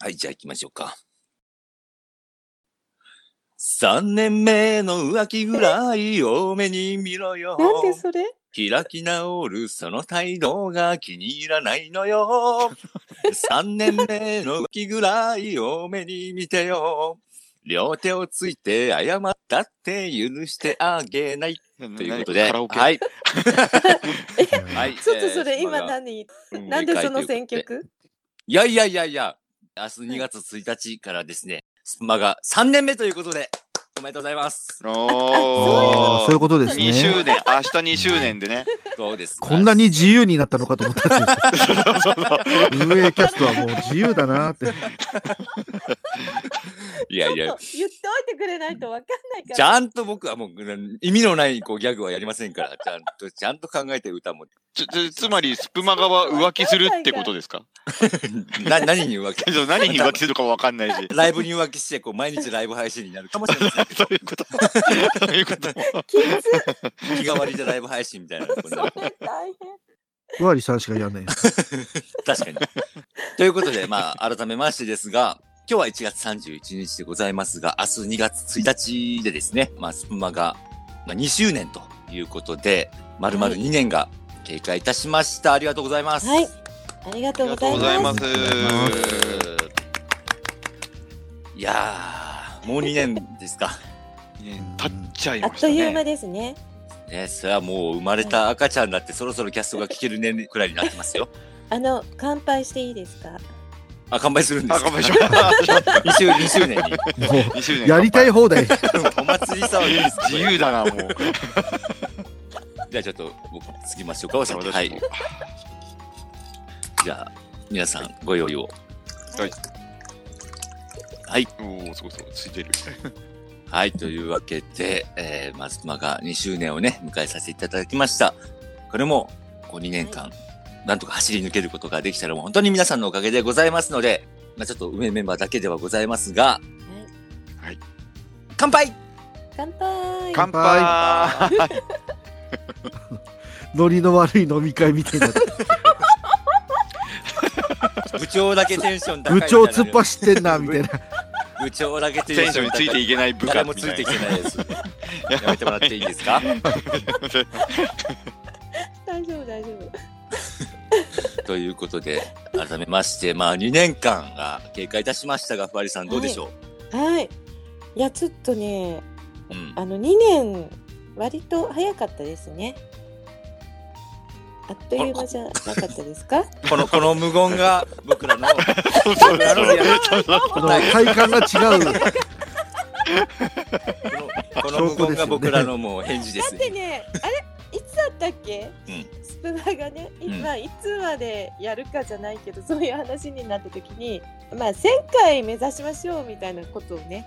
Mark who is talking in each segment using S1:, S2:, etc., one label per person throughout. S1: はい、じゃあ行きましょうか。三年目の浮気ぐらい多めに見ろよ。
S2: なんでそれ
S1: 開き直るその態度が気に入らないの よ。三年目の浮気ぐらい多めに見てよ。両手をついて謝ったって許してあげない。ということで。
S3: カラオケ。
S1: はい。
S2: え
S1: はい。
S2: ちょっとそ
S1: え
S2: れ
S1: ー
S2: 今
S1: まだ
S2: 何
S1: うん
S2: なんでその
S1: 理解というこ
S2: 選
S1: と
S2: 曲
S1: いやいやいやいや、明日2月1日からですね、スマが3年目ということで、おめでとうございます。
S3: お
S2: あ
S3: ー
S4: そういうことです
S3: 2周
S4: ね。
S3: 年、明日2周年でね。
S1: そうです。
S4: こんなに自由になったのかと思ったん ですよ。運営キャストはもう自由だなって。
S1: いやい
S2: ちょ
S1: や
S2: っ、と言っておいてくれないとわかんないから。
S1: ちゃんと僕はもううん意味のないこうギャグはやりませんから、ちゃんと、ちゃんと考えて歌も。
S3: つつつまり、スプマガは浮気するってことですか
S1: な、何に浮気
S3: ちょっと何に浮気するかもわかんない し。
S1: ライブに浮気して、こう、毎日ライブ配信になるかもしれないですね。
S3: そういうこと。そういうこと。
S2: キッズ
S1: 日替わりでライブ配信みたいなとこになる。
S2: それ大
S4: ふわりさんしかやんない。
S1: 確かに。ということで、まあ、改めましてですが、今日は1月31日でございますが、明日2月1日でですね、まあ、スプマが、まあ、2周年ということで、丸々2年が経過いたしました。ありがとうございます。
S2: 変。はい。ありがとうございます。
S3: ありがと
S1: う
S3: うございます。
S1: ーんいやー、もう2年ですか。
S3: ね経っちゃい
S2: あ
S3: ま
S2: っと
S3: した
S2: いう間
S3: ね。
S2: ですね。
S1: ね、それはもう生まれた赤ちゃんだって、そろそろキャストが聞ける年くらいになってますよ。
S2: あの乾杯していいですか。
S1: あ、完売するんで
S3: あ、
S1: すか
S3: 乾杯しましょう。
S1: 2周 ,2 周年に。
S4: も
S3: 2周
S4: う、
S3: 年。
S4: やりたい
S3: 乾
S4: 放題。
S1: でもお祭り騒ぎです
S3: 杯。自由だな、もう。
S1: じゃあちょっと僕つきましょうか。お先はい。じゃあ皆さんご用意を。
S3: はい。
S1: はい。
S3: おお、すごいすごい。ついてる。
S1: はい。というわけで、えー、マスクマが2周年をね、迎えさせていただきました。これも、こう2年間、なんとか走り抜けることができたらもう本当に皆さんのおかげでございますので、まあちょっと上メンバーだけではございますが、
S3: はい。
S1: 乾杯
S2: 乾杯。
S3: 乾
S4: 杯
S3: 杯。
S4: ノリの悪い飲み会みたいな。
S1: 部長だけテンション高い
S4: 部
S1: みたい
S4: 長
S1: な。
S4: 突っ走ってんな、みたい な。
S1: 部長だけテ
S3: テ
S1: ンシ
S3: ンシ
S1: ョ
S3: ョン
S1: ン
S3: に
S1: 高
S3: ついていけない部下
S1: 誰
S3: み
S1: もつ
S3: た
S1: いて
S3: い
S1: き
S3: な。
S1: てないです。やめてもらっていいですか
S2: 大丈夫大丈夫。
S1: ということで、改めまして、まあ2年間が経過いたしましたが、ふわりさんどうでしょ
S2: はい。いやちょっとね、
S1: う、うん。
S2: あの2年割と早かったですね。あっという間じゃなかったですか？
S1: この、この無言が僕らの、
S3: そうそうそう
S1: なるほどね
S4: あの、体感が違う。
S1: このこの無言が僕らのもう返事で
S2: だ
S1: す
S2: っ
S1: ね
S2: て。ね、あれいつだったっけ？
S1: う
S2: スプマがね、
S1: ん
S2: 今いつまでやるかじゃないけど、そういう話になった時に、まあ1000回目指しましょうみたいなことをね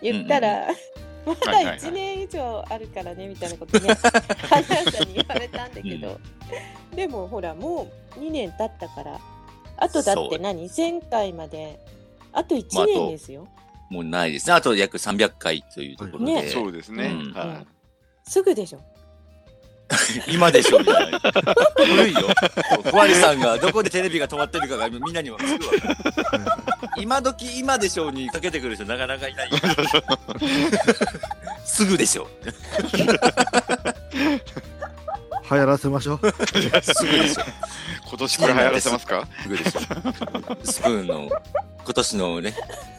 S2: 言ったら。 ま
S3: はいはいは
S2: だ
S3: い
S2: 1年以上あるからねみたいなこと ね話者に言われたんだけど、でもほらもう2年経ったからあとだって何前回まであと
S1: まあ
S2: 1
S1: あと
S2: 年ですよ、
S1: もうないですね。あと約300回というところで。
S2: ね
S3: そうです
S1: う
S3: ね。
S1: ん
S3: は
S2: すぐでしょ
S1: 今でしょみたいな。古いよ。ふわりさんがどこでテレビが止まってるかがみんなにはすぐわかる。今時今でしょうにかけてくる人なかなかい ない。すぐでしょ。
S4: 流行らせましょう。
S1: すぐでしょ。
S3: い今年これ流行らせますか
S1: すぐでしょ。スプーンの今年のね、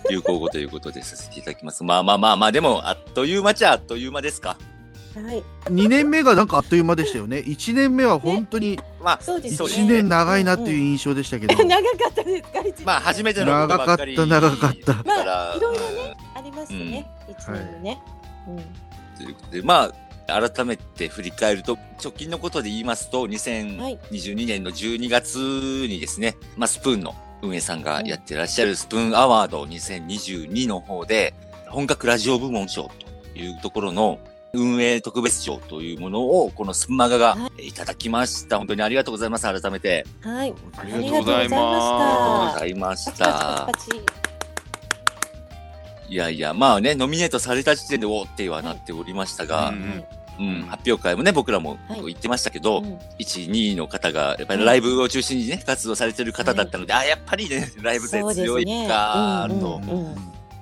S1: 流行語ということでさせていただきます。まあまあまあまあ、でも、あっという間じゃあっという間ですか。
S2: はい
S4: 2年目がなんかあっという間でしたよね。1年目は本当に
S1: まあ、
S2: そうですね
S4: 1年長いなっていう
S2: うん
S4: 印象でしたけど。
S2: 長かったですか一年
S1: まあ、初めてのことばっかり。
S4: 長かった長
S2: かった
S1: だら
S2: まあいろいろね。ありますね、1
S4: はい
S2: 年もね、
S1: うんということで、まあ、改めて振り返ると、直近のことで言いますと、
S2: はい
S1: 2022年の12月にですね、まあ、スプーンの運営さんがやってらっしゃるスプーンアワード2022の方で、本格ラジオ部門賞というところの運営特別賞というものを、このスプマガが
S2: は
S1: えいただきました。本当にありがとうございます。改めて。
S2: うんはい
S3: あ
S2: り
S3: り
S2: が
S3: が
S2: とう
S3: とう
S2: ご
S3: ご
S2: ざ
S3: ざ
S1: ありがと
S2: い
S3: い
S1: う
S2: ま
S3: ま
S1: ご
S2: す
S1: ざいまし
S2: パチパ
S1: た
S2: チ。パチパチ
S1: いやいや、まあね、ノミネートされた時点で、おーってはなっておりましたが、
S3: うん
S1: うん、発表会もね、僕らも
S2: はい
S1: 行ってましたけど、
S2: うん
S1: 1、2の方が、やっぱりライブを中心にね、活動されてる方だったので、あ、やっぱりね、ライブ勢強いか、
S2: そうですね
S1: と、
S2: うんうん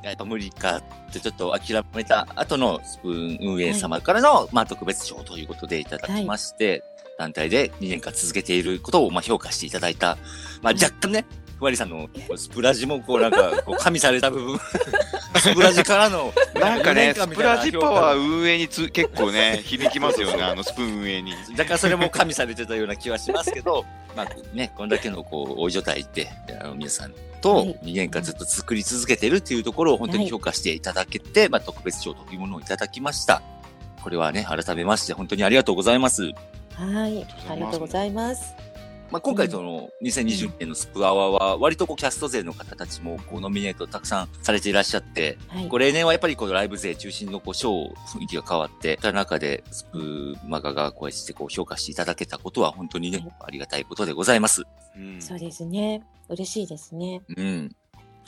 S1: やっぱ無理かってちょっと諦めた後のスプーン運営様からの、まあ特別賞ということでいただきまして、団体で2年間続けていることをまあ評価していただいた、まあ若干ね、ふわりさんのスプラジもこうなんか、こう加味された部分、 スプラジからの、
S3: なんか
S1: 二
S3: ね、
S1: 年間
S3: ス
S1: み
S3: プ
S1: たいな
S3: ラジパワー運営につ結構 ね、響きますよね、あのスプーン運営に。
S1: 若干それも加味されてたような気はしますけど、 まあね、こんだけのこう、大所帯って、あの皆さん
S2: は
S1: と
S2: い
S1: 2年間ずっと作り続けてるっていうところを本当に評価していただけて、まあ特別賞というものをいただきました。これはね、改めまして本当にありがとうございます。
S2: はい、ありがとうございます。
S1: まあ今回その2020年のスプアワーは割とこうキャスト勢の方たちもこうノミネートたくさんされていらっしゃって、
S2: はい、
S1: これねはやっぱりこのライブ勢中心のこうショー雰囲気が変わって、た中でスプーマガがこうしてこう評価していただけたことは本当にね、ありがたいことでございます。
S3: うん
S2: そうですね。嬉しいですね。
S1: うん。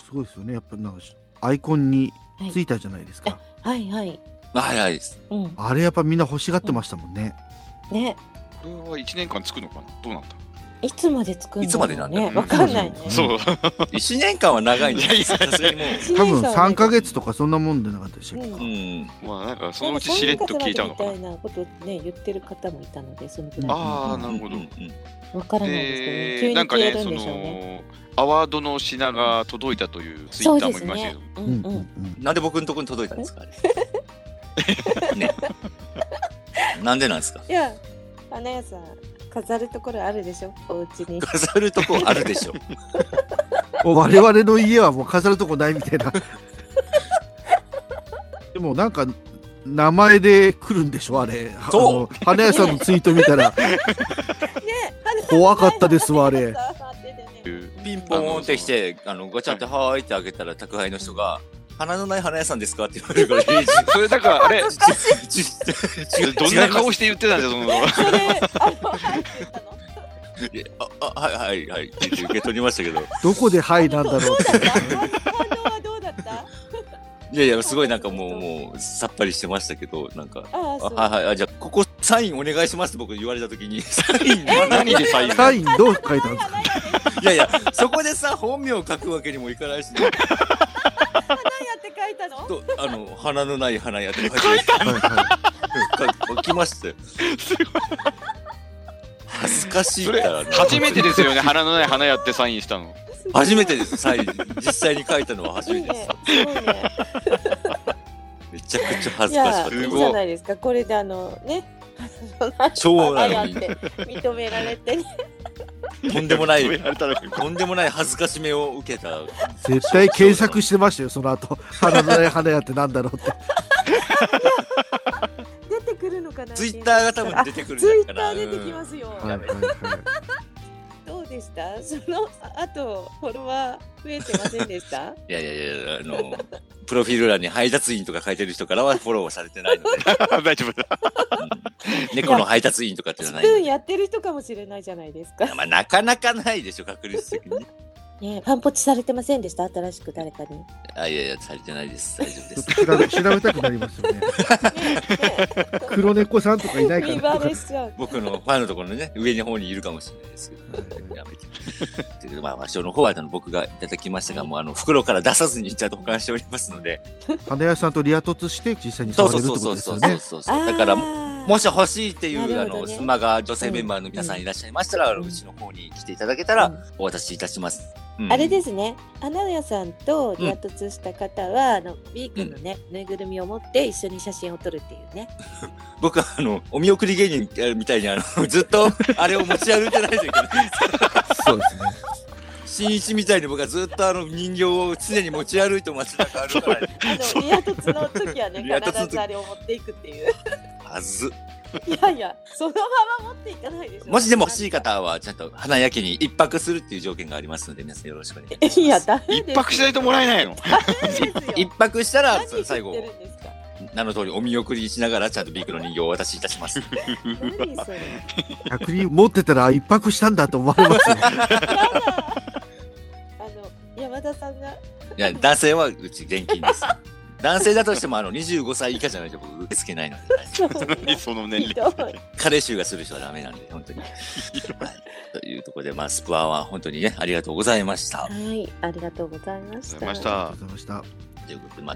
S4: すごいですよね。やっぱなんかアイコンに
S2: はい
S4: ついたじゃないですか。
S2: はいはい。
S1: はいはい です。
S2: うん。
S4: あれやっぱみんな欲しがってましたもんね。
S2: ね。
S3: これは1年間つくのかなどうなんだ
S2: いつまで作るの、
S1: い
S2: ね、
S1: つまでなんだろう
S2: わかんないね。
S4: うん
S3: そう。
S1: 1年間は長いんで
S3: いやいや
S1: すさすがにもう。
S4: 多分3ヶ月とかそんなもんじゃなかったでしょ。
S1: うん。
S3: まあなんかそのうちしれっと聞いちゃうのか
S2: な。
S3: なん
S2: か三ヶ月までみたいなことね言ってる方もいたのでそのぐらい
S4: あ
S3: ああ、なるほど
S1: うん。うん
S2: わからないですけど、ね、急
S3: で、
S2: に
S3: なんか
S2: 消え
S3: ね、
S2: るん
S3: そ
S2: でしょうね。
S3: の、アワードの品が届いたというツイ
S2: そ
S3: ッ
S2: う
S3: ター
S2: で
S3: も
S2: す
S3: 見ましたけ
S2: ね
S3: ど。。
S2: う
S4: うんんう
S2: う。
S4: んうんん。
S1: なんで僕のところに届いたんですかあれ。ね。なんでなんですか
S2: いや花屋さん飾るところあるでしょお家 に。
S1: 飾るとこあるで しょ。
S4: 我々の家はもう飾るとこないみたいな。 でもなんか名前で来るんでしょあれ。
S1: そう
S4: あの花屋さんのツイート見たら
S2: ね
S4: 怖かったですわあれ。
S1: ピンポーンってきて、あの、ガチャってはーいって開けたら宅配の人が、花のない花屋さんですかって言われるから、 いや
S3: それだから、あれ、
S1: ちち違う
S3: どんな顔して言ってたんだよ、その。
S2: それあの入ってたの。
S1: 違うああ、はいはいはいって言って受け取りましたけど、
S4: どこで「 はい」なんだろうって。
S2: 反応はどうだった？あ
S1: いやいや、すごいなんかもう、もう、さっぱりしてましたけど、なんか、
S2: あ
S1: あ
S2: そう。
S1: はいはいあ、じゃあ、ここサインお願いしますって僕言われたときに、サインは何
S3: 何でサイン
S4: サインどう書いたんですか
S2: 花屋で
S1: いやいや、そこでさ、本名を書くわけにもいかないし、ね、
S2: 花屋って書いたの？
S1: とあの、花のない花屋って書いて
S4: はいは
S1: 書きましたよ。恥ずかしい
S3: そ
S1: か
S3: れ
S1: らね。
S3: 初めてですよね、花のない花やってサインしたの。
S1: 初めてです、サイン。実際に書いたのは初
S2: い
S1: め
S2: い
S1: てです
S2: ね。。すごいね。
S1: めちゃくちゃ恥
S2: い
S1: ずかし
S2: や
S1: かっ
S2: い
S1: た
S3: す
S2: い
S1: で
S3: ご
S1: す。
S2: じゃないですかこれであのね
S1: 超な
S2: あや
S1: の
S2: っ
S1: に、
S2: て認められてね
S1: とんでもな
S3: 止め
S1: い、
S3: られたら
S1: とんでもない恥ずかしめを受けた。
S4: い、絶対検索してましたよその後花のない花屋ってなんだろうって
S2: 出てくるのかな
S1: ツイッターが多分出てくるん
S2: ツイッ
S1: じ
S2: タ
S1: ゃないかな。
S2: ー出てきますよ、
S4: はいはいはい
S2: どうでした そのあとフォロワー増えてませんでした
S1: いやいやいや、あの、プロフィール欄に配達員とか書いてる人からはフォローされてない ので、
S3: 大丈夫だ。
S1: うん猫の配達員とかっていう
S2: ス
S1: の
S2: プ
S1: は
S2: ー
S1: な
S2: ン
S1: い。
S2: やってる人かもしれないじゃないですか、
S1: まあ、なかなかないでしょ、確率的に。
S2: ね、反発されてませんでした新しく誰かに、ね
S1: あ、いやいや、されてないです。大丈夫で
S4: ちょっ
S1: す。
S4: と調べ調べたくなりますよね黒猫さんとかいないか
S2: 見
S4: な
S2: バ
S4: とか
S2: レしちゃう
S1: 僕のファンのところのね、上の方にいるかもしれないですけど、やめて。ということでまあ、場所の方はあの僕がいただきましたが、もうあの、袋から出さずにちゃんと保管しておりますので、
S4: 花屋さんとリア突して実際に
S1: そ
S4: 触
S1: うそ
S4: れ
S1: う
S4: るって
S1: そうそ
S4: こ
S1: う
S4: とです
S1: そう
S4: よね
S1: そう そう。だから、もし欲しいっていう、
S2: な
S1: あ
S2: るほど
S1: の、
S2: ね
S1: スマガ女性メンバーの皆さんいらっしゃいましたら、
S2: うん
S1: あのうちの方に来ていただけたら、
S2: うん
S1: お渡しいたします。
S2: あれ
S1: す
S2: ですね、花屋さんとリア突した方は、あのウィークのね、ぬいぐるみを持って一緒に写真を撮るっていうね。
S1: 僕はあの、お見送り芸人えーみたいにあの、 ずっとあれを持ち歩いてないというか、
S4: そうですね
S1: 新一みたいに僕はずっとあの人形を常に持ち歩いて街中歩かない。
S2: あ のリア突の時はね、
S1: リア凸の時
S2: 必ずあれを持っていくっていう。
S1: はず。
S2: いやいや、そのまま持っていかないでしょ。
S1: もしでも欲しい。方は、ちゃんと花焼きに一泊するっていう条件がありますので、皆さんよろしくお願いします。
S2: いや、ダメ
S3: 一
S2: です。
S3: 泊しないともらえないの。
S2: ダメですよ。
S1: 一泊したら
S2: 何、言って
S1: 最後、
S2: るんですか
S1: 名の通りお見送りしながら、ちゃんとビークの人形をお渡しいたします。
S2: 何 それ。
S4: 逆に持ってたら一泊したんだと思われますよ
S2: あの、山田さんが。
S1: いや、男性はうち現金です。 男性だとしても、あの、25歳以下じゃないと僕、受け付けないので、はい
S2: そう
S3: 何その年
S2: ひ
S3: 齢。
S2: どい。
S1: 彼衆がする人はダメなんで、 本当に。はい。というところで、まあ、スプアは本当にね、ありがとうございました。
S2: はい、ありがとうございまし
S3: あり
S2: た。
S3: がとうございまし
S4: あり
S3: た
S4: がとうございました。
S1: ということで、まあ、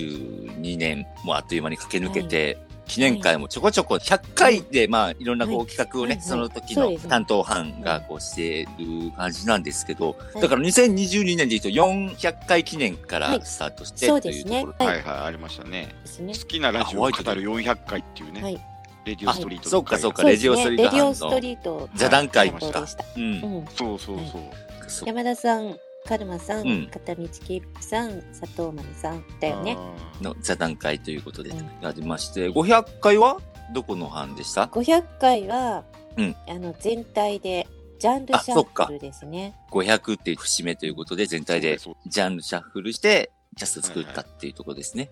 S1: 2022年もあっという間に駆け抜けて、記念会もちょこちょこ100回で、まあ、いろんなこ
S2: は
S1: う企画をね、
S2: はいはい
S1: その時
S2: そう
S1: の
S2: ですね
S1: 担当班がこうしてる感じなんですけど、
S2: はい
S1: だから2022年で言うと400回記念からスタートして
S2: はい
S1: というところで、
S2: そうですね
S3: はいはい、ありましたね。
S2: ですね
S3: 好。きなラジオ
S1: あホワ
S3: を
S1: イトだ
S3: 語る400回っていうね、
S2: はい。
S3: レディオストリート
S1: あそ
S3: の
S1: うか
S3: 回が
S1: そうか
S2: そうですね
S1: レジオストリート
S2: レディオストリート。
S1: 座談会
S2: 担
S1: も
S2: 当
S1: し
S2: で
S1: た。
S2: した。
S1: うん
S2: う。ん。
S3: そうそうそう。
S1: そう
S2: 山田さん、カルマさん、
S1: うん
S2: 片道キープさん、佐藤真美さんだよね。
S3: あー
S1: の座談会ということで
S2: うん
S1: やりまして、500回はどこの班でした
S2: 500回は、
S1: うん
S2: あの全体でジャンル
S1: あ
S2: シ
S1: そ
S2: ャ
S1: っか
S2: ッフルですね。
S1: ?500 っていう節目ということで、全体で
S3: そう
S1: ジャンルシャッフルして、キャスト作ったっていうところですね。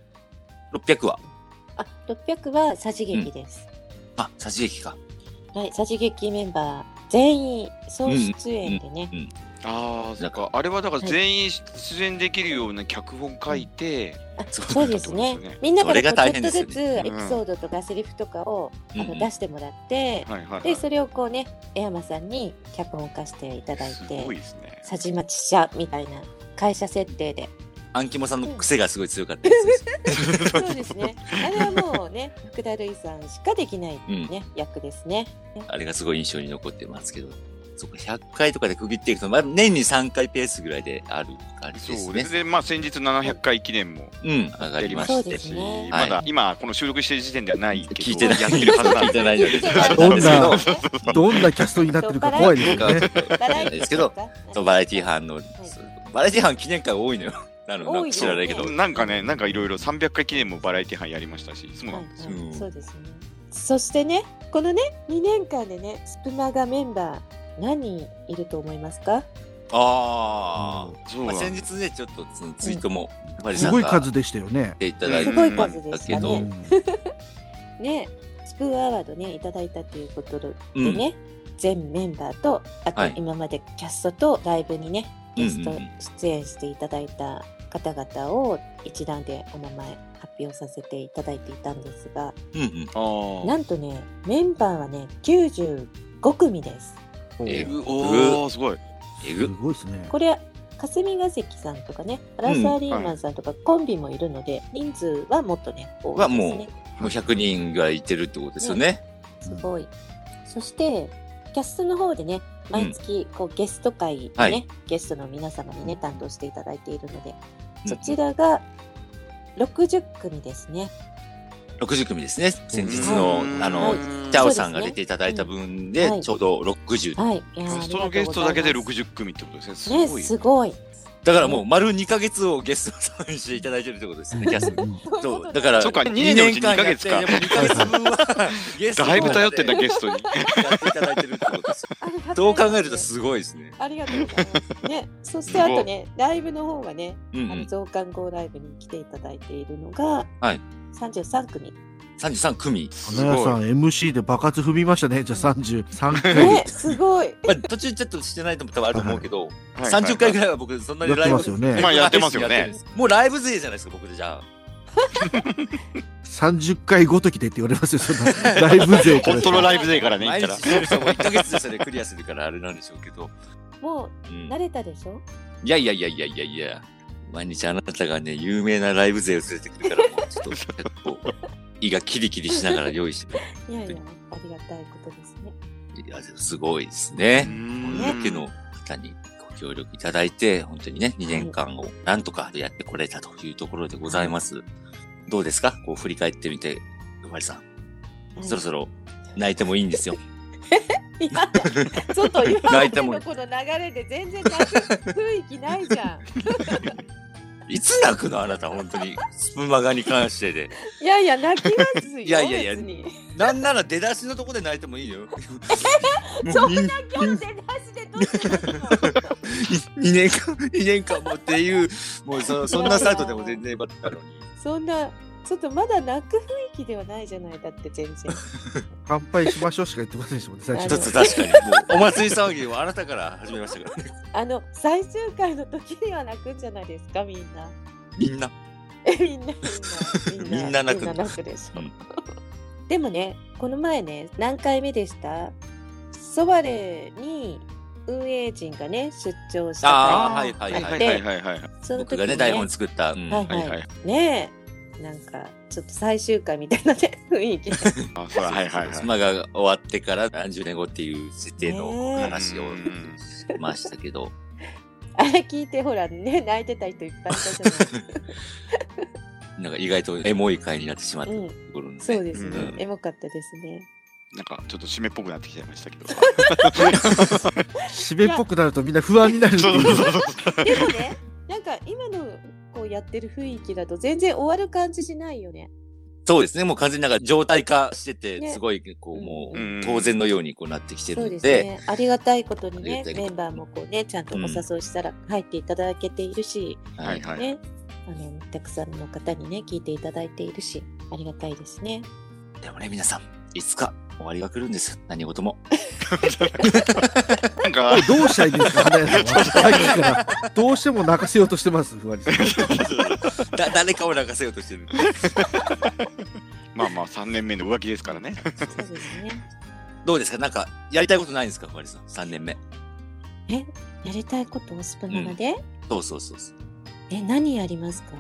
S1: 600は
S2: あ、600はさじ劇です。
S1: あ、さじ駅か。
S2: はい、さじ劇メンバー全員総出演でね。
S3: あー、そっか。あれはだから全員出演できるような脚本書いて、
S2: あ、
S1: そう
S2: そうですね
S3: そうですよね。
S2: みんなか
S1: それ
S2: ら
S1: が
S2: こう
S1: 大
S2: ちょっ
S1: 変で
S2: と
S1: すよ
S2: ず
S1: ね
S2: つエピソードとかセリフとかを、あ
S1: うんう
S2: の
S1: ん
S2: 出してもらって、
S3: はいはい、はい。
S2: でそれをこうね、江山さんに脚本化していただい
S3: す
S2: て
S3: ごい、ですね。
S2: さじまち社みたいな会社設定で。
S1: アンキモさんの癖がすごい強かったですね。
S2: そうですね。あれはもう ね、福田類さんしかできない
S1: うん
S2: ね、役ですね。
S1: あれがすごい印象に残ってますけど。そっか、100回とかで区切っていくと、まあ、年に3回ペースぐらいである感じで
S3: そ
S1: す
S3: うで
S1: ね
S3: す。ね。まあ先日700回記念も
S1: うん、上が
S3: や
S1: り
S3: りま
S1: ま
S3: し
S1: し
S2: そう
S3: て、
S2: で
S1: て。
S2: すね
S3: まだ
S1: はい
S3: 今この収録してる時点ではないけど、
S1: 聞いて ない
S3: やって るはずなん
S1: 聞い
S3: で
S1: てないので。
S4: どんな
S1: ですけど
S4: どんなキャストになってるか怖いですよね。
S2: バラエティ
S1: で
S2: ー
S1: すけど
S2: とか
S1: そう、バラエティ班の、バラエティ班記念会多いのよ。なのなんか知らないけど
S2: 多い。
S3: なんかね、なんかいろいろ300回記念もバラエティ班やりましたし、そうなんですよ。
S2: はいはい
S1: うん
S2: そうですね。そしてね、このね、2年間でね、スプマガメンバー何人いると思いますか？
S1: ああ。
S3: そう
S1: ま
S3: な
S1: あ、
S3: ん
S1: 先日ね、ちょっとそのツイートも、やっぱり
S4: す
S1: さん
S4: ごい
S1: が
S4: 数でしたよね
S1: 来。ていただい
S2: す
S1: て
S3: うん
S2: ごい数でし
S1: う
S2: た
S1: ん
S4: う
S1: ど
S2: ね。
S4: ん
S2: ね、スプーンアワードねいただいたということで
S1: うん
S2: ね、全メンバーとあと
S1: はい
S2: 今までキャストとライブにねゲス
S1: うん
S2: ト
S1: うんうん
S2: 出演していただいた方々を一覧でお名前発表させていただいていたんですが、
S1: うんうん。
S3: あー
S2: なんとねメンバーはね95組です。
S1: えぐ
S3: うおーすごい。
S1: え
S4: す
S1: ぐ。
S4: ごいですね。
S2: これ霞ヶ関さんとかねアラサーリーマンさんとかコンビもいるので、人数はもっとね多
S1: はい
S2: ですね。
S1: もう100人ぐらいいてるってことですよね。
S2: すごい。そしてキャストの方でね毎月こうゲスト会でね、
S1: はい
S2: ゲストの皆様にね担当していただいているので、
S1: うん
S2: そちらが60組ですね。
S1: 60組ですね。先日
S3: う
S1: の
S3: ー、ん
S1: あ
S2: は
S1: の
S2: い、
S1: チャ
S2: そう
S1: オ
S2: ですね
S1: さんが出ていただいた分
S2: は
S1: で、
S2: い
S1: ちょうど60。
S2: はい。いやー
S3: ゲストのゲストだけで。
S2: あり
S3: 60組ってことですね。
S2: がとう
S3: す
S2: ございます
S3: ご
S2: ね
S3: い。
S2: すごい。
S1: だからもう丸2ヶ月をゲストさんにしていただいてるってことですね、キャスト。
S4: うん
S1: そう、だから、
S3: そうか
S1: 2
S3: 2年のうち
S1: 間
S3: 2ヶ月か
S1: やってでも2ヶ月分は、ゲスト
S3: だいぶ頼ってんだ
S1: や
S3: ゲストに。
S1: っていただいてるってことです。
S2: あ
S1: どう考えるとすごいですね。
S2: ありがとうございます。ね、 そしてあとね、ライブの方はね、
S1: うんう
S2: あの
S1: ん。
S2: 増刊号ライブに来ていただいているのが、
S1: はい
S2: 33組。
S1: 33組。
S3: す
S4: 花屋さ
S3: ごい。
S4: ん MC で爆発踏みましたね。じゃあ33回。
S2: ね、すごい。
S1: まあ、途中ちょっとしてないとも多分あると思うけど、
S3: はい
S1: 30回ぐらいは僕そんなにライブ
S4: やってますよね
S3: まあやってますよね
S1: やってるん ですもうライブ勢じゃないですか僕でじゃあ
S4: 30回ごときでって言われますよ。そんなライブ勢か
S3: 本
S4: ら
S3: 当のライブ勢からね、言っ
S1: 毎日
S3: たら。
S1: してる人も1ヶ月でしたねクリアするからあれなんでしょうけど、
S2: も
S1: う
S2: うん慣れたでしょ
S1: いやいやいやいやいやいや毎日あなたがね有名なライブ勢を連れてくるからもうちょっと結構胃がキリキリしながら用意してる
S2: いやいや、ありがたいことですね。
S1: いやでもすごいです
S3: う
S1: ね
S3: ー
S1: こ
S3: ん
S1: れだけの方にご協力いただいて本当にね2年間をなんとかやってこれたというところでございますどうですかこう振り返ってみてふまりさんそろそろ泣いてもいいん ですよ。
S2: いや、 ちょっと今ま
S1: 泣いて
S2: で
S1: も
S2: のこの流れで全然泣く雰囲気ないじゃん。
S1: いつ泣くのあなた、本当に。スプマガに関してで。
S2: いやいや、泣きますよ。
S1: いやいやいや
S2: 別に
S1: なんなら出だしのとこで泣いてもいいよ。
S2: そ
S1: もうに
S2: 今日出だしでどうするの
S1: 二年間、2年間もっていう、もうそそんなスタートでも全然よかったのに。
S2: そんな、ちょっとまだ泣く雰囲気ではないじゃない、だって全然。
S4: 乾杯しましょうしか言ってませんでしたもんね、最
S2: あ
S1: 一
S4: 初
S2: の。
S1: つ確かに、もうお祭り騒ぎをあなたから始めましたからね。
S2: あの、最終回の時には泣くんじゃないですか、みんな。
S1: みんな。
S2: みんなみんな
S1: みんな泣く
S2: みんな泣くでしょ、
S1: うん
S2: でもねこの前ね何回目でしたソワレに運営陣がね出張した
S1: ああ、
S2: か
S1: はいはい
S3: はい
S1: は。
S3: はいいはいはいはい。
S2: らその時
S1: 僕がね、台本作った。うん
S2: はい
S3: はい
S2: は
S3: はいい。
S2: ねえなんかちょっと最終回みたいなね雰囲 気で
S3: あ、そらはいはいはい。
S1: 妻が終わってから何十年後っていう設定の
S2: ねえ
S1: 話を
S3: うん
S1: しましたけど、
S2: あれ聞いてほらね泣いてた人いっぱいいたじゃない
S1: なんか意外とエモい回になってしまったところです
S2: そう
S1: ね。
S2: ですね、
S1: うん
S2: エモかったですね
S3: なんかちょっと締めっぽくなってきちゃい ましたけど。
S4: 締めっぽくなるとみんな不安になるって
S3: そ
S4: いう
S3: そう
S4: う。
S3: そうそう。
S2: でもねなんか今のこうやってる雰囲気だと全然終わる感じしないよね
S1: そうですね。もう完全になんか状態化してて、
S2: ね
S1: すごい、こう、も
S3: うん
S1: う当然のようにこうなってきて
S2: そ
S1: る
S2: うんです
S1: で、
S2: ねありがたいことに
S1: あり
S2: ね
S1: がたいこと
S2: メンバーもこうねちゃんとお誘いしたら入っていただけているし、
S1: は
S3: はいいはい。
S2: ねあのたくさんの方にね聞いていただいているしありがたいで すね
S1: でもね、皆さん、いつか終わりが来るんです。何事も。
S3: なんか、
S4: どうしたらいいですか、花屋さんは。さっきからどうしても泣かせようとしてます、ふわりさん。
S1: だ誰かを泣かせようとしてる。
S3: まあまあ3年目の浮気ですからね。
S2: そうですね
S1: どうですかなんか、やりたいことないんですかふわりさん。3年目。
S2: やりたいことをスプナナで、
S1: そうそうそうそう。
S2: え何やりますか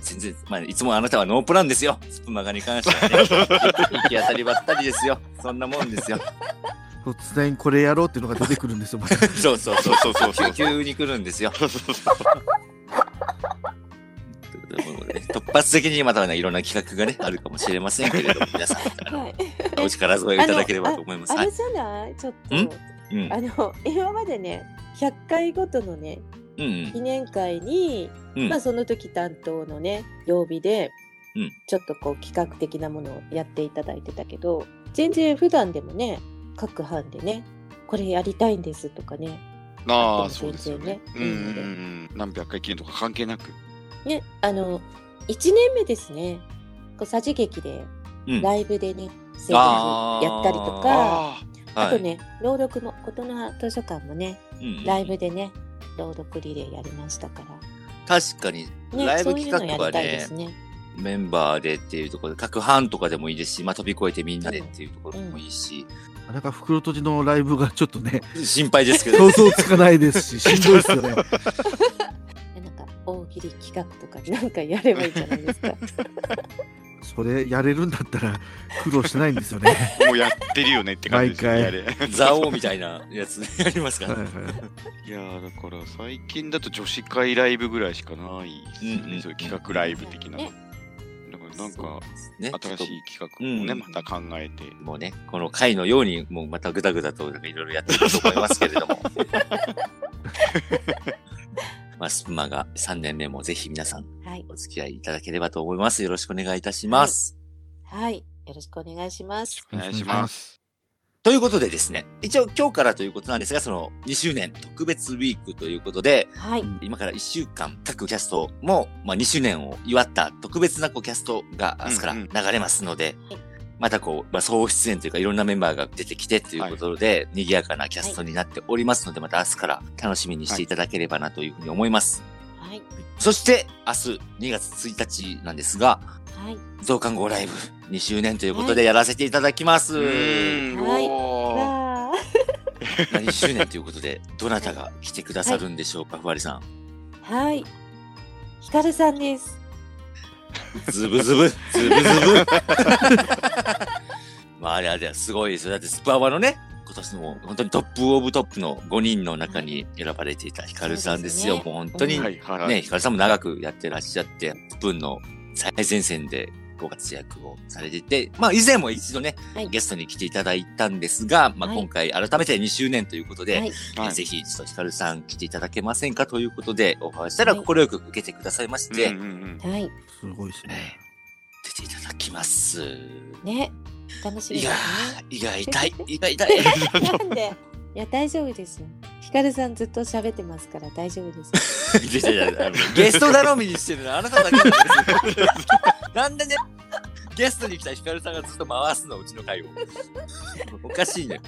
S1: 全然、まあ、いつもあなたはノープランですよ。スプマガに関してはね。行き当たりばったりですよ。そんなもんですよ。
S4: 突然これやろうっていうのが出てくるんですよ、また
S1: そうそうそう。
S3: そうそうそうそう。
S1: 急に来るんですよ。
S3: そうそう そう
S1: ということでもうね突発的にまたね、いろんな企画がね、あるかもしれませんけれども、皆さん、あの
S2: はい
S1: お力添えいただければと思います。
S2: あ
S1: はい
S2: れ。じゃないちょっと
S1: んうん。
S2: あの今までね100回ごとのね
S1: うん
S2: 記念会に、
S1: うん。う
S2: まあ、
S1: ん。
S2: その時担当のね曜日で、
S1: うん
S2: ちょっとこう企画的なものをやっていただいてたけど全然普段でもね各班でねこれやりたいんですとかね
S3: ああ、そうですよね。
S2: う
S3: うんんうんうん。何百回記念とか関係なく。
S2: ねあの1年目ですねこうさじ劇で
S1: うん。
S2: ライブでね制作やったりとかあ
S3: あ
S1: は
S2: と
S1: い。
S2: ね朗読も大人図書館もね
S1: うん
S2: ライブでね朗読リレーやりましたから。
S1: 確かに、
S2: ね、
S1: ライブ
S2: そうい
S1: 企
S2: うのや
S1: 画は
S2: りたいで
S1: ね
S2: す、ね。
S1: メンバーでっていうところで、各班とかでもいいですし、まあ、飛び越えてみんなでっていうところもいいし、
S4: なんか袋閉じのライブがちょっとね、
S1: 心配ですけど、
S4: 想像つかないですし、しんどいですよね。
S2: なんか大喜利企画とか なんかやればいいじゃないです か。
S4: それやれるんだったら苦労してないんですよね。
S3: あ、もうやってるよねって感じですよね。
S4: 毎
S3: あれ
S1: ザオみたいなやつねありますか
S4: はい
S1: ら
S4: は
S1: ね。
S4: い
S3: いやーだから最近だと女子会ライブぐらいしかないですよね、
S1: うんうん
S3: そういう企画ライブ的な、
S2: ね
S3: だからなんか
S1: ね
S3: 新しい企画をね、
S1: うん
S3: また考えて
S1: もうね、この回のように、もうまたぐだぐだと、なんかいろいろやってると思いますけれども。 まあ、スプマが3年目もぜひ皆さん
S2: はい。
S1: お付き合いいただければと思います。よろしくお願いいたします。
S2: はい。よろしくお願いします。
S3: お願いします
S1: ということでですね、一応今日からということなんですが、その2周年特別ウィークということで、
S2: はい。
S1: 今から1週間各キャストも、まあ、2周年を祝った特別なこうキャストが明日から
S3: うんう
S1: 流
S3: ん
S1: れますので、
S2: はい
S1: またこう、まあ、総出演というかいろんなメンバーが出てきてということで、賑やかなキャストになっておりますので、また明日から楽しみにしていただければなというふうに思います。
S2: はい。
S1: そして明日2月1日なんですが、
S2: はい。
S1: 増刊号ライブ2周年ということでやらせていただきます。
S3: うーん
S2: はいう
S3: おー
S2: わー
S1: まあ2周年ということで、どなたが来てくださるんでしょうか、ふわりさん。
S2: はい。ひかるさんです。
S1: ズブズブ、ズブズ ブ。まああれあれ、すごいですよ。だってスパワのね、今年の本当にトップオブトップの5人の中に選ばれていたヒカルさんですよ。
S2: そうですね
S1: もう本当に、
S3: は
S1: ね、
S3: いはい、
S1: ヒカルさんも長くやってらっしゃって、スプーンの最前線でご活躍をされていて、まあ以前も一度ね、
S2: はい
S1: ゲストに来ていただいたんですが、まあ
S2: はい
S1: 今回改めて2周年ということで、
S2: はい。
S3: はい
S1: ぜひ、ちょっとヒカルさん来ていただけませんかということで、オファーしたら
S2: はい
S1: 快く受けてくださいまして、
S3: うんうんうん
S2: はい。
S4: すごいですね。
S1: 出ていただきます。
S2: ね。楽しみ
S1: い
S2: で
S1: やー、
S2: す
S1: 胃が痛い、胃が 痛い。
S2: ね。なんでいや、大丈夫ですよ。ひかるさんずっと喋ってますから大丈夫です。
S1: いやいやいやあのゲスト頼みにしてるの、あなただけなんですよ。なんでね、ゲストに来たヒカルさんがずっと回すの、うちの会を。おかしいね。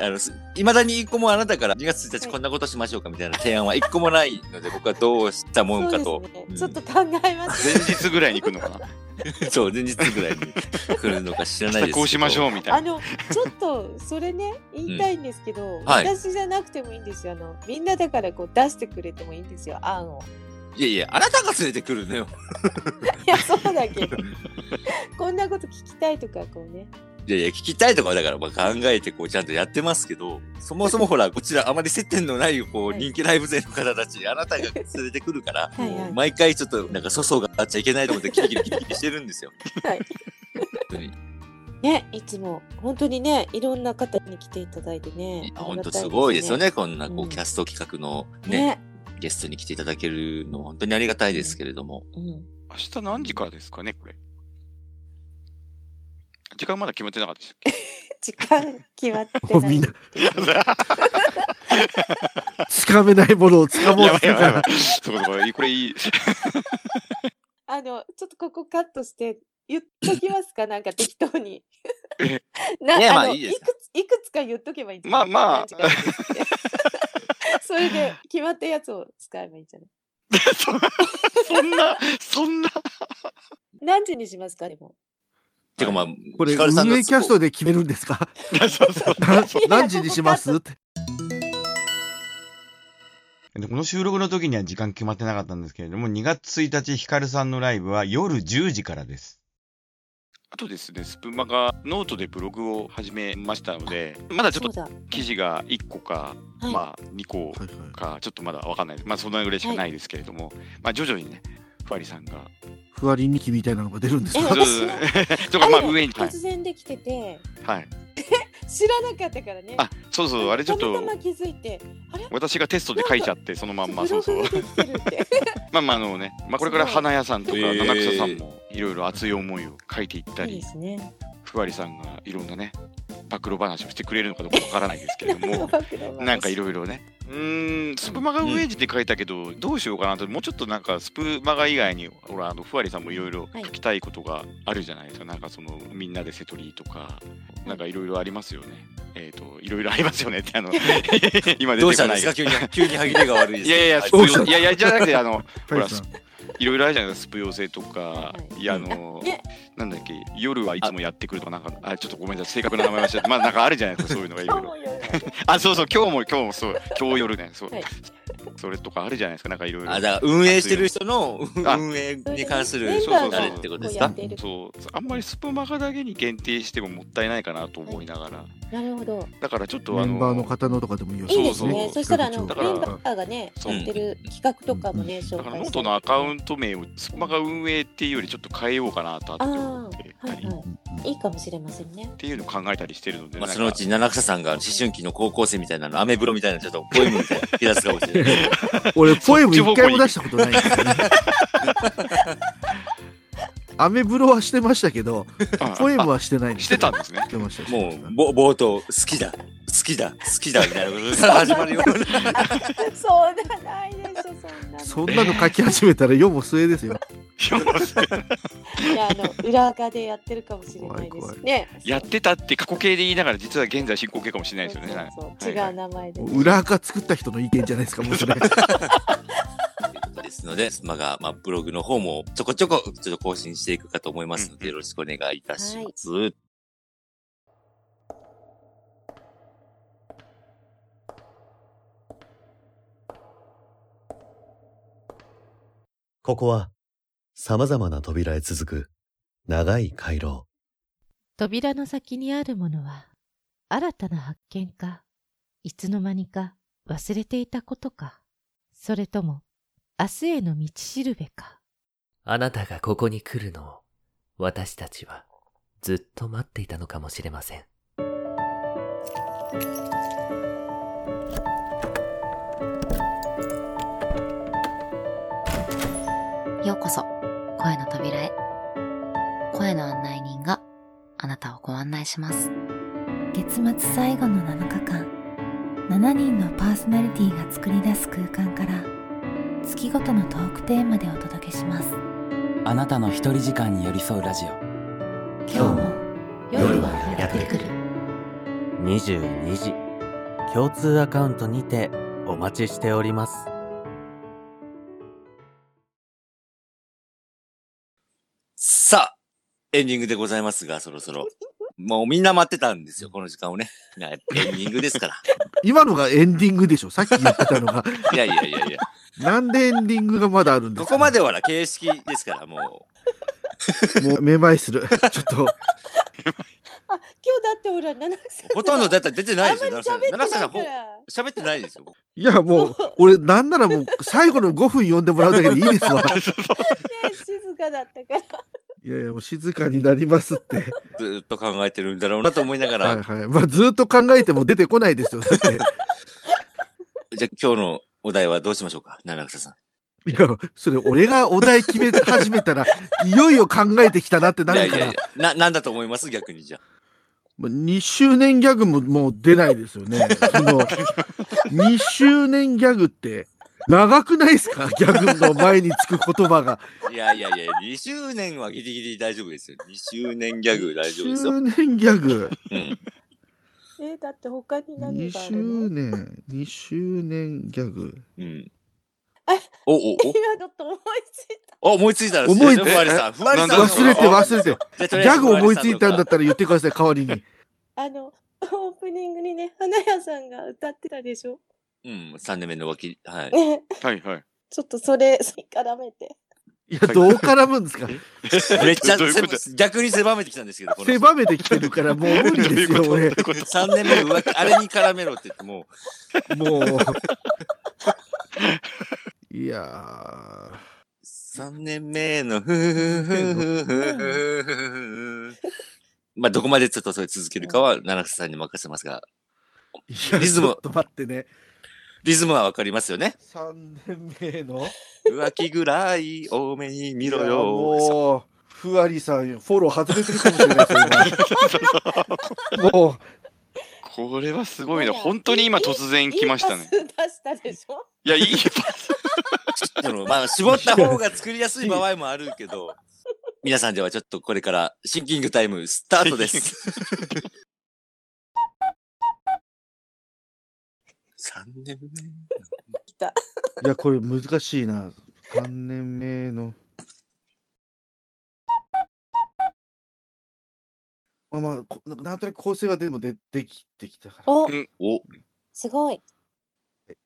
S1: あの、いまだに一個もあなたから2月1日こんなことしましょうかみたいな提案は一個もないので、僕はどうしたもんかと。
S2: そうです
S1: う
S2: ね
S1: ん
S2: ちょっと考えます。
S3: 前日ぐらいに行くのかな
S1: そう、前日ぐらいに来るのか知らないですけ
S3: 明日
S1: ど。
S3: こうしましょうみた
S2: あ
S3: いな。
S2: の、ちょっと、それね、言いたいんですけど、
S1: はい
S2: 私じゃなくてもいいんですよ。あの、みんなだから、こう出してくれてもいいんですよ。案を。
S1: いやいや、あなたが連れてくるのよ。
S2: いや、そうだ けど。こんなこと聞きたいとか、こうね。
S1: いやいや、聞きたいとかはだからまあ考えてこうちゃんとやってますけど、そもそもほら、こちらあまり接点のないこう
S2: はい
S1: 人気ライブ勢の方たち、あなたが連れてくるから、
S2: はいはい
S1: もう毎回ちょっとなんか粗相があっちゃいけないと思ってキリキリキリキリしてるんですよ。
S2: はい
S1: 本当に。い
S2: ね、いつも、本当にね、いろんな方に来ていただいてね
S1: や。本当すごいですよね、こんなこ
S2: う
S1: うんキャスト企画の
S2: ありがたいです
S1: ね、
S2: ね。
S1: ゲストに来ていただけるの本当にありがたいですけれども。
S2: ね
S3: 明日何時からですかね、これ。時間まだ決まってなかったでしたっ
S2: 時間決まって
S4: もう
S2: ない。
S4: みんな、つかめないものをつか
S3: け
S4: もう
S3: やば
S4: と
S3: い
S4: して
S3: やばいやば
S4: た
S3: い。 そうかそうかこれいい。
S2: あの、ちょっとここカットして、言っときますか、なんか適当 に。な
S1: ねまあ
S2: の
S1: いいです
S2: いくつ、いくつか言っとけばいいんです
S3: まあま
S2: 何
S3: あ
S2: 時からですって それで、決まったやつを使えばいいんじゃない
S3: そそんな、そんな。
S2: 何時にしますか、でも。
S1: てかまあ、
S4: これ、
S1: ヒカルさんの
S4: 運営キャストで決めるんですか
S3: そうそう
S4: な 何時にしますって。
S5: で、この収録の時には時間決まってなかったんですけれども、2月1日、ヒカルさんのライブは夜10時からです。
S3: あとですね、スプマがノートでブログを始めましたので、まだちょ
S2: そ
S3: っ
S2: う
S3: と
S2: だ。
S3: 記事が1個か、
S2: はい
S3: まあ2個か、ちょっとまだわかんない。まあそんなぐらいしかないですけれども、まあ徐々にね、ふわりさんが。
S4: ふわりにきみたいなのが出るんです
S2: え
S4: か
S2: 私
S3: そう そうとか、まあ
S2: あれ
S3: 上に。はい
S2: 突。然できてて、
S3: はい、
S2: 知らなかったからね。
S3: あ、そうそう、あれちょった
S2: またま
S3: と。
S2: 気づいて、あれ
S3: 私がテストで書いちゃって、そのまんま、
S2: ブ
S3: そ
S2: ロ
S3: うそ
S2: グ
S3: う
S2: が。できてるって。
S3: まあまあ、あのね、まあ、これから花屋さんとか、
S1: すごい
S3: 七草さんも、いろいろ熱い思いを書いていった
S2: いい
S3: り
S2: で、すね。
S3: ふわりさんがいろんなね、暴露話をしてくれるのかどうかわからないですけれ ども。 なんかい
S2: る。
S3: ろいろね。うーん、スプマガウェージって書いたけど、どうしようかなと、もうちょっとなんかスプマガ以外に、ほら、あのふわりさんもいろいろ
S2: はい
S3: 書きたいことがあるじゃないですか。なんかその、みんなでセトリーとか、なんかいろいろありますよね。えっ、と、いろいろありますよねって、あの、今出
S1: どうし
S3: て
S1: たん
S3: こな
S1: で
S3: い
S1: す
S3: けど
S1: か急に、急に歯切れが悪いです
S3: いやいや、
S1: あ
S3: ス
S4: ど
S3: プ
S4: うした
S3: いやいや、じゃなくて、あの、
S4: ふわりさん
S3: いろいろあるじゃないですか、スプ養成とか
S2: はい、はい
S3: いや、あの、
S2: ね、
S3: なんだっけ、夜はいつもやってくるとか、なんか、あ、ちょっとごめんなさい、正確な名前はしちゃって、まあ、なんかあるじゃないですか、そういうのがいろ
S2: 今
S3: い
S2: 日
S3: ろ
S2: も。夜
S3: あ、そうそう、今日も、今日も、 そう、今日夜ね、そう
S2: はい。
S3: それとかあるじゃないですか、なんかいろいろ。
S1: あ、だから運営してる人の
S3: あ
S1: 運営に関する
S2: メンバー
S1: あ
S2: が
S1: れってことですか
S2: こうやってる
S3: そう、あんまりスプマガだけに限定してももったいないかなと思いながら、
S2: なるほど。
S3: だからちょっと
S4: メ
S3: あの、
S4: ンバーの方のとかでもいいよ
S2: いいです
S3: そう
S2: ね。
S3: そう
S2: そしたらあのメン
S4: だ
S2: バ
S3: から
S2: ーがね
S3: そう
S2: やってる企画とかもね紹
S3: だか
S2: 介
S3: らノー
S2: して
S3: トのアカウント名をスプマガ運営っていうよりちょっと変えようかなと後で思って
S2: あーはいはいいいかもしれませんね
S3: っ。ていうのを考えたりしてるので、
S1: まあ、
S3: なんか
S1: そのうち七草さんが思春期の高校生みたいなの、アメブロみたいな、ちょっとポエムみたいな、引き出すかもしれない。
S4: 俺、ポエム一回も出したことないんですよ ね。アメブロはしてましたけど、
S3: あ
S4: ポエムはしてな
S3: あ
S4: いんです
S3: してたんです ね
S4: し。てました。
S1: も
S4: してま
S1: う、
S4: し
S1: ぼ冒頭、好きだ、好きだ、好きだ、みたいなこと から始まるような。
S2: そんなないでしょそんな
S4: た
S2: の。
S4: そんなの書き始めたら世も末ですよ。
S2: いやあの裏垢でやってるかもしれないで
S4: 怖い
S2: すね。
S3: やってたって過去形で言いながら、実は現在進行形かもしれないです
S2: そう
S3: よね。はい
S2: そう
S3: は
S2: そう
S3: いはい
S2: 違う名前で。
S4: 裏垢作った人の意見じゃないですか、もうそれ。
S1: ですので、まが、まあ、ブログの方もちょこちょこ、ちょっと更新していくかと思いますので、よろしくお願いいたします。
S6: ここは様々な扉へ続く長い回廊。
S7: 扉の先にあるものは、新たな発見か、いつの間にか忘れていたことか、それとも、明日への道しるべか。
S8: あなたがここに来るのを、私たちはずっと待っていたのかもしれません。
S9: ようこそ、声の扉へ。声の案内人があなたをご案内します。
S10: 月末最後の7日間7人のパーソナリティが作り出す空間から月ごとのトークテーマでお届けします
S11: あなたの一人時間に寄り添うラジオ
S10: 今日も
S7: 夜
S10: は
S7: はやってくる。
S6: 未
S12: 22時、共通アカウントにてお待ちしております。
S1: さあ、エンディングでございますが、そろそ ろ。もうみんな待ってたんですよ、この時間をね。いやエンディングですから。
S4: 今のがエンディングでしょさっき言ってたのが。
S1: いやいやいやいや。
S4: なんでエンディングがまだあるんで
S1: こ
S4: す
S1: こ
S4: か
S1: まではほら形式ですから、も
S4: もうめまいする。ちょっと。
S2: だってほら、七
S1: う、ほとんどだって出てないですよ、奈良
S2: 喋って
S1: さん。
S2: ない
S1: 奈良さん
S2: か
S1: ほ
S2: ら。
S1: 喋ってないですよ。
S4: いや、もう、俺、なんならもう、最後の5分読んでもらうだけでいいですわ。
S2: ね、静かだったから。
S4: いやいや、もう静かになりますって。
S1: ずーっと考えてるんだろうなと思いながら、
S4: はいはい。まあ、ずっと考えても出てこないですよ。だって
S1: じゃあ今日のお題はどうしましょうか、奈良草さん。
S4: いや、それ、俺がお題決め始めたら、いよいよ考えてきたなってない
S1: や
S4: る
S1: い
S4: か
S1: や
S4: ら
S1: い。や、な、なんだと思います逆にじゃあ。
S4: まあ2周年ギャグももう出ないですよね。その、2周年ギャグって、長くないですかギャグの前につく言葉が。
S1: いやいやいや、2周年はギリギリ大丈夫ですよ。2周年ギャグ大丈夫ですよ。
S4: 周年ギャグ。
S2: え、だって他に何
S4: 2
S2: があ
S4: 周
S2: るの
S4: 年、2周年ギャグ。
S1: うん。おお
S2: 今ちょっと思いつい
S1: お、思いついたら
S4: 思いつ
S1: ふわりさん、ふわりさんの。
S4: 忘れて忘れて。
S1: じゃあとりあえず
S4: ギャグ思いついたんだったら言ってください、代わりに。
S2: た。あの、オープニングにね、花屋さんが歌ってたでしょ。
S1: うん、3年目の脇、はい。
S2: ね
S1: はいはい。
S2: ちょっとそれ、絡めて。
S4: いや、どう絡むんですか
S1: めっちゃ
S4: どういうこ
S1: せ逆に狭めてきたんですけど、この人
S4: 狭めてきてるからもう無理ですよ、俺。
S1: 3年目の浮気、あれに絡めろって言っても
S4: もう。いや
S1: う、3年目のふふふふふふふ。まあ、どこまでちょっとそれ続けるかは、七瀬さんに任せますが、リズム
S4: ちょっと待ってね。
S1: リズムはわかりますよね。
S4: 3年目の
S1: 浮気ぐらい多めに見ろ
S4: いや
S1: よ。
S4: もう、ふわりさんよ、フォロー外れてるかもしれないですよ 今もう、
S3: これはすごいな。本当に今突然来ましたね。
S2: いいパス出したでしょ。
S3: いや、いい
S1: そのまあ、絞った方が作りやすい場合もあるけ ど、皆さんではちょっとこれからシンキングタイムスタート です。3年
S4: いや、これ難しいな。3年目の。まあまあこ、なんとなく構成はでもでできてきたから。
S2: お
S1: お
S2: すごい。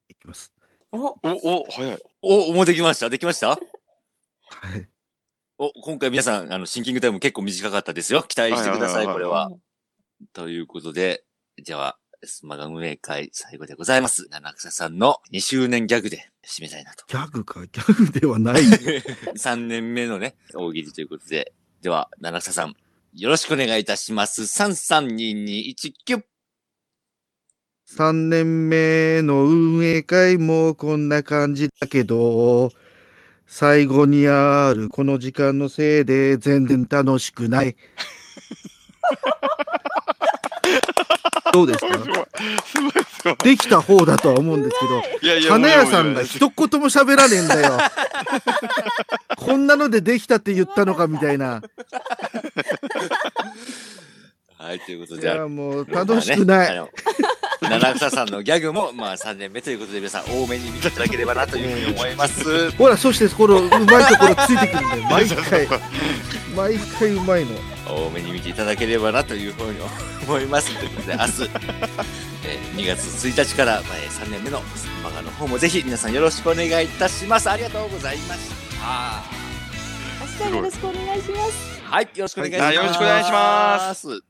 S4: いきます。
S2: お、
S1: お、お、早い。お、もうできましたできましたはい。お、今回皆さん、あの、シンキングタイム結構短かったですよ。期待してください、
S3: はいはいはいはい
S1: これは。ということで、じゃあ、スマガム名会最後でございます。七草さんの2周年ギャグで締めたいなと。
S4: ギャグか、ギャグでは ない。
S1: 3年目のね、大喜利ということで。では、七草さん、よろしくお願いいたします。332219。
S4: 3年目の運営会もこんな感じだけど、最後にあるこの時間のせいで全然楽しく ない。どうですかできた方だとは思うんです
S3: いやい
S4: け
S3: や
S4: ど、花屋
S3: も
S4: さん
S3: うもうもう
S4: が一言も喋らねえん だよ。こんなのでできたって言ったのかみたい な。
S1: はい、ということ
S4: い
S1: で。
S4: や、もう楽しくない。
S1: まあねあの 七草さんのギャグも、まあ3年目ということで、皆さん多めに見ていただければなというふうに思い ます。
S4: ほら、そしてこのうまいところついてくるんだよ。毎回。毎回うまいの。
S1: 多めに見ていただければなというふうに思います。ということで、明日、 えー2月1日から、まあえー3年目のスンマガの方もぜひ皆さんよろしくお願いいたします。ありがとうございました。
S2: 明日よろしくお願いします。
S1: はい、よろしくお願いします。。
S3: はいよろしくお願いします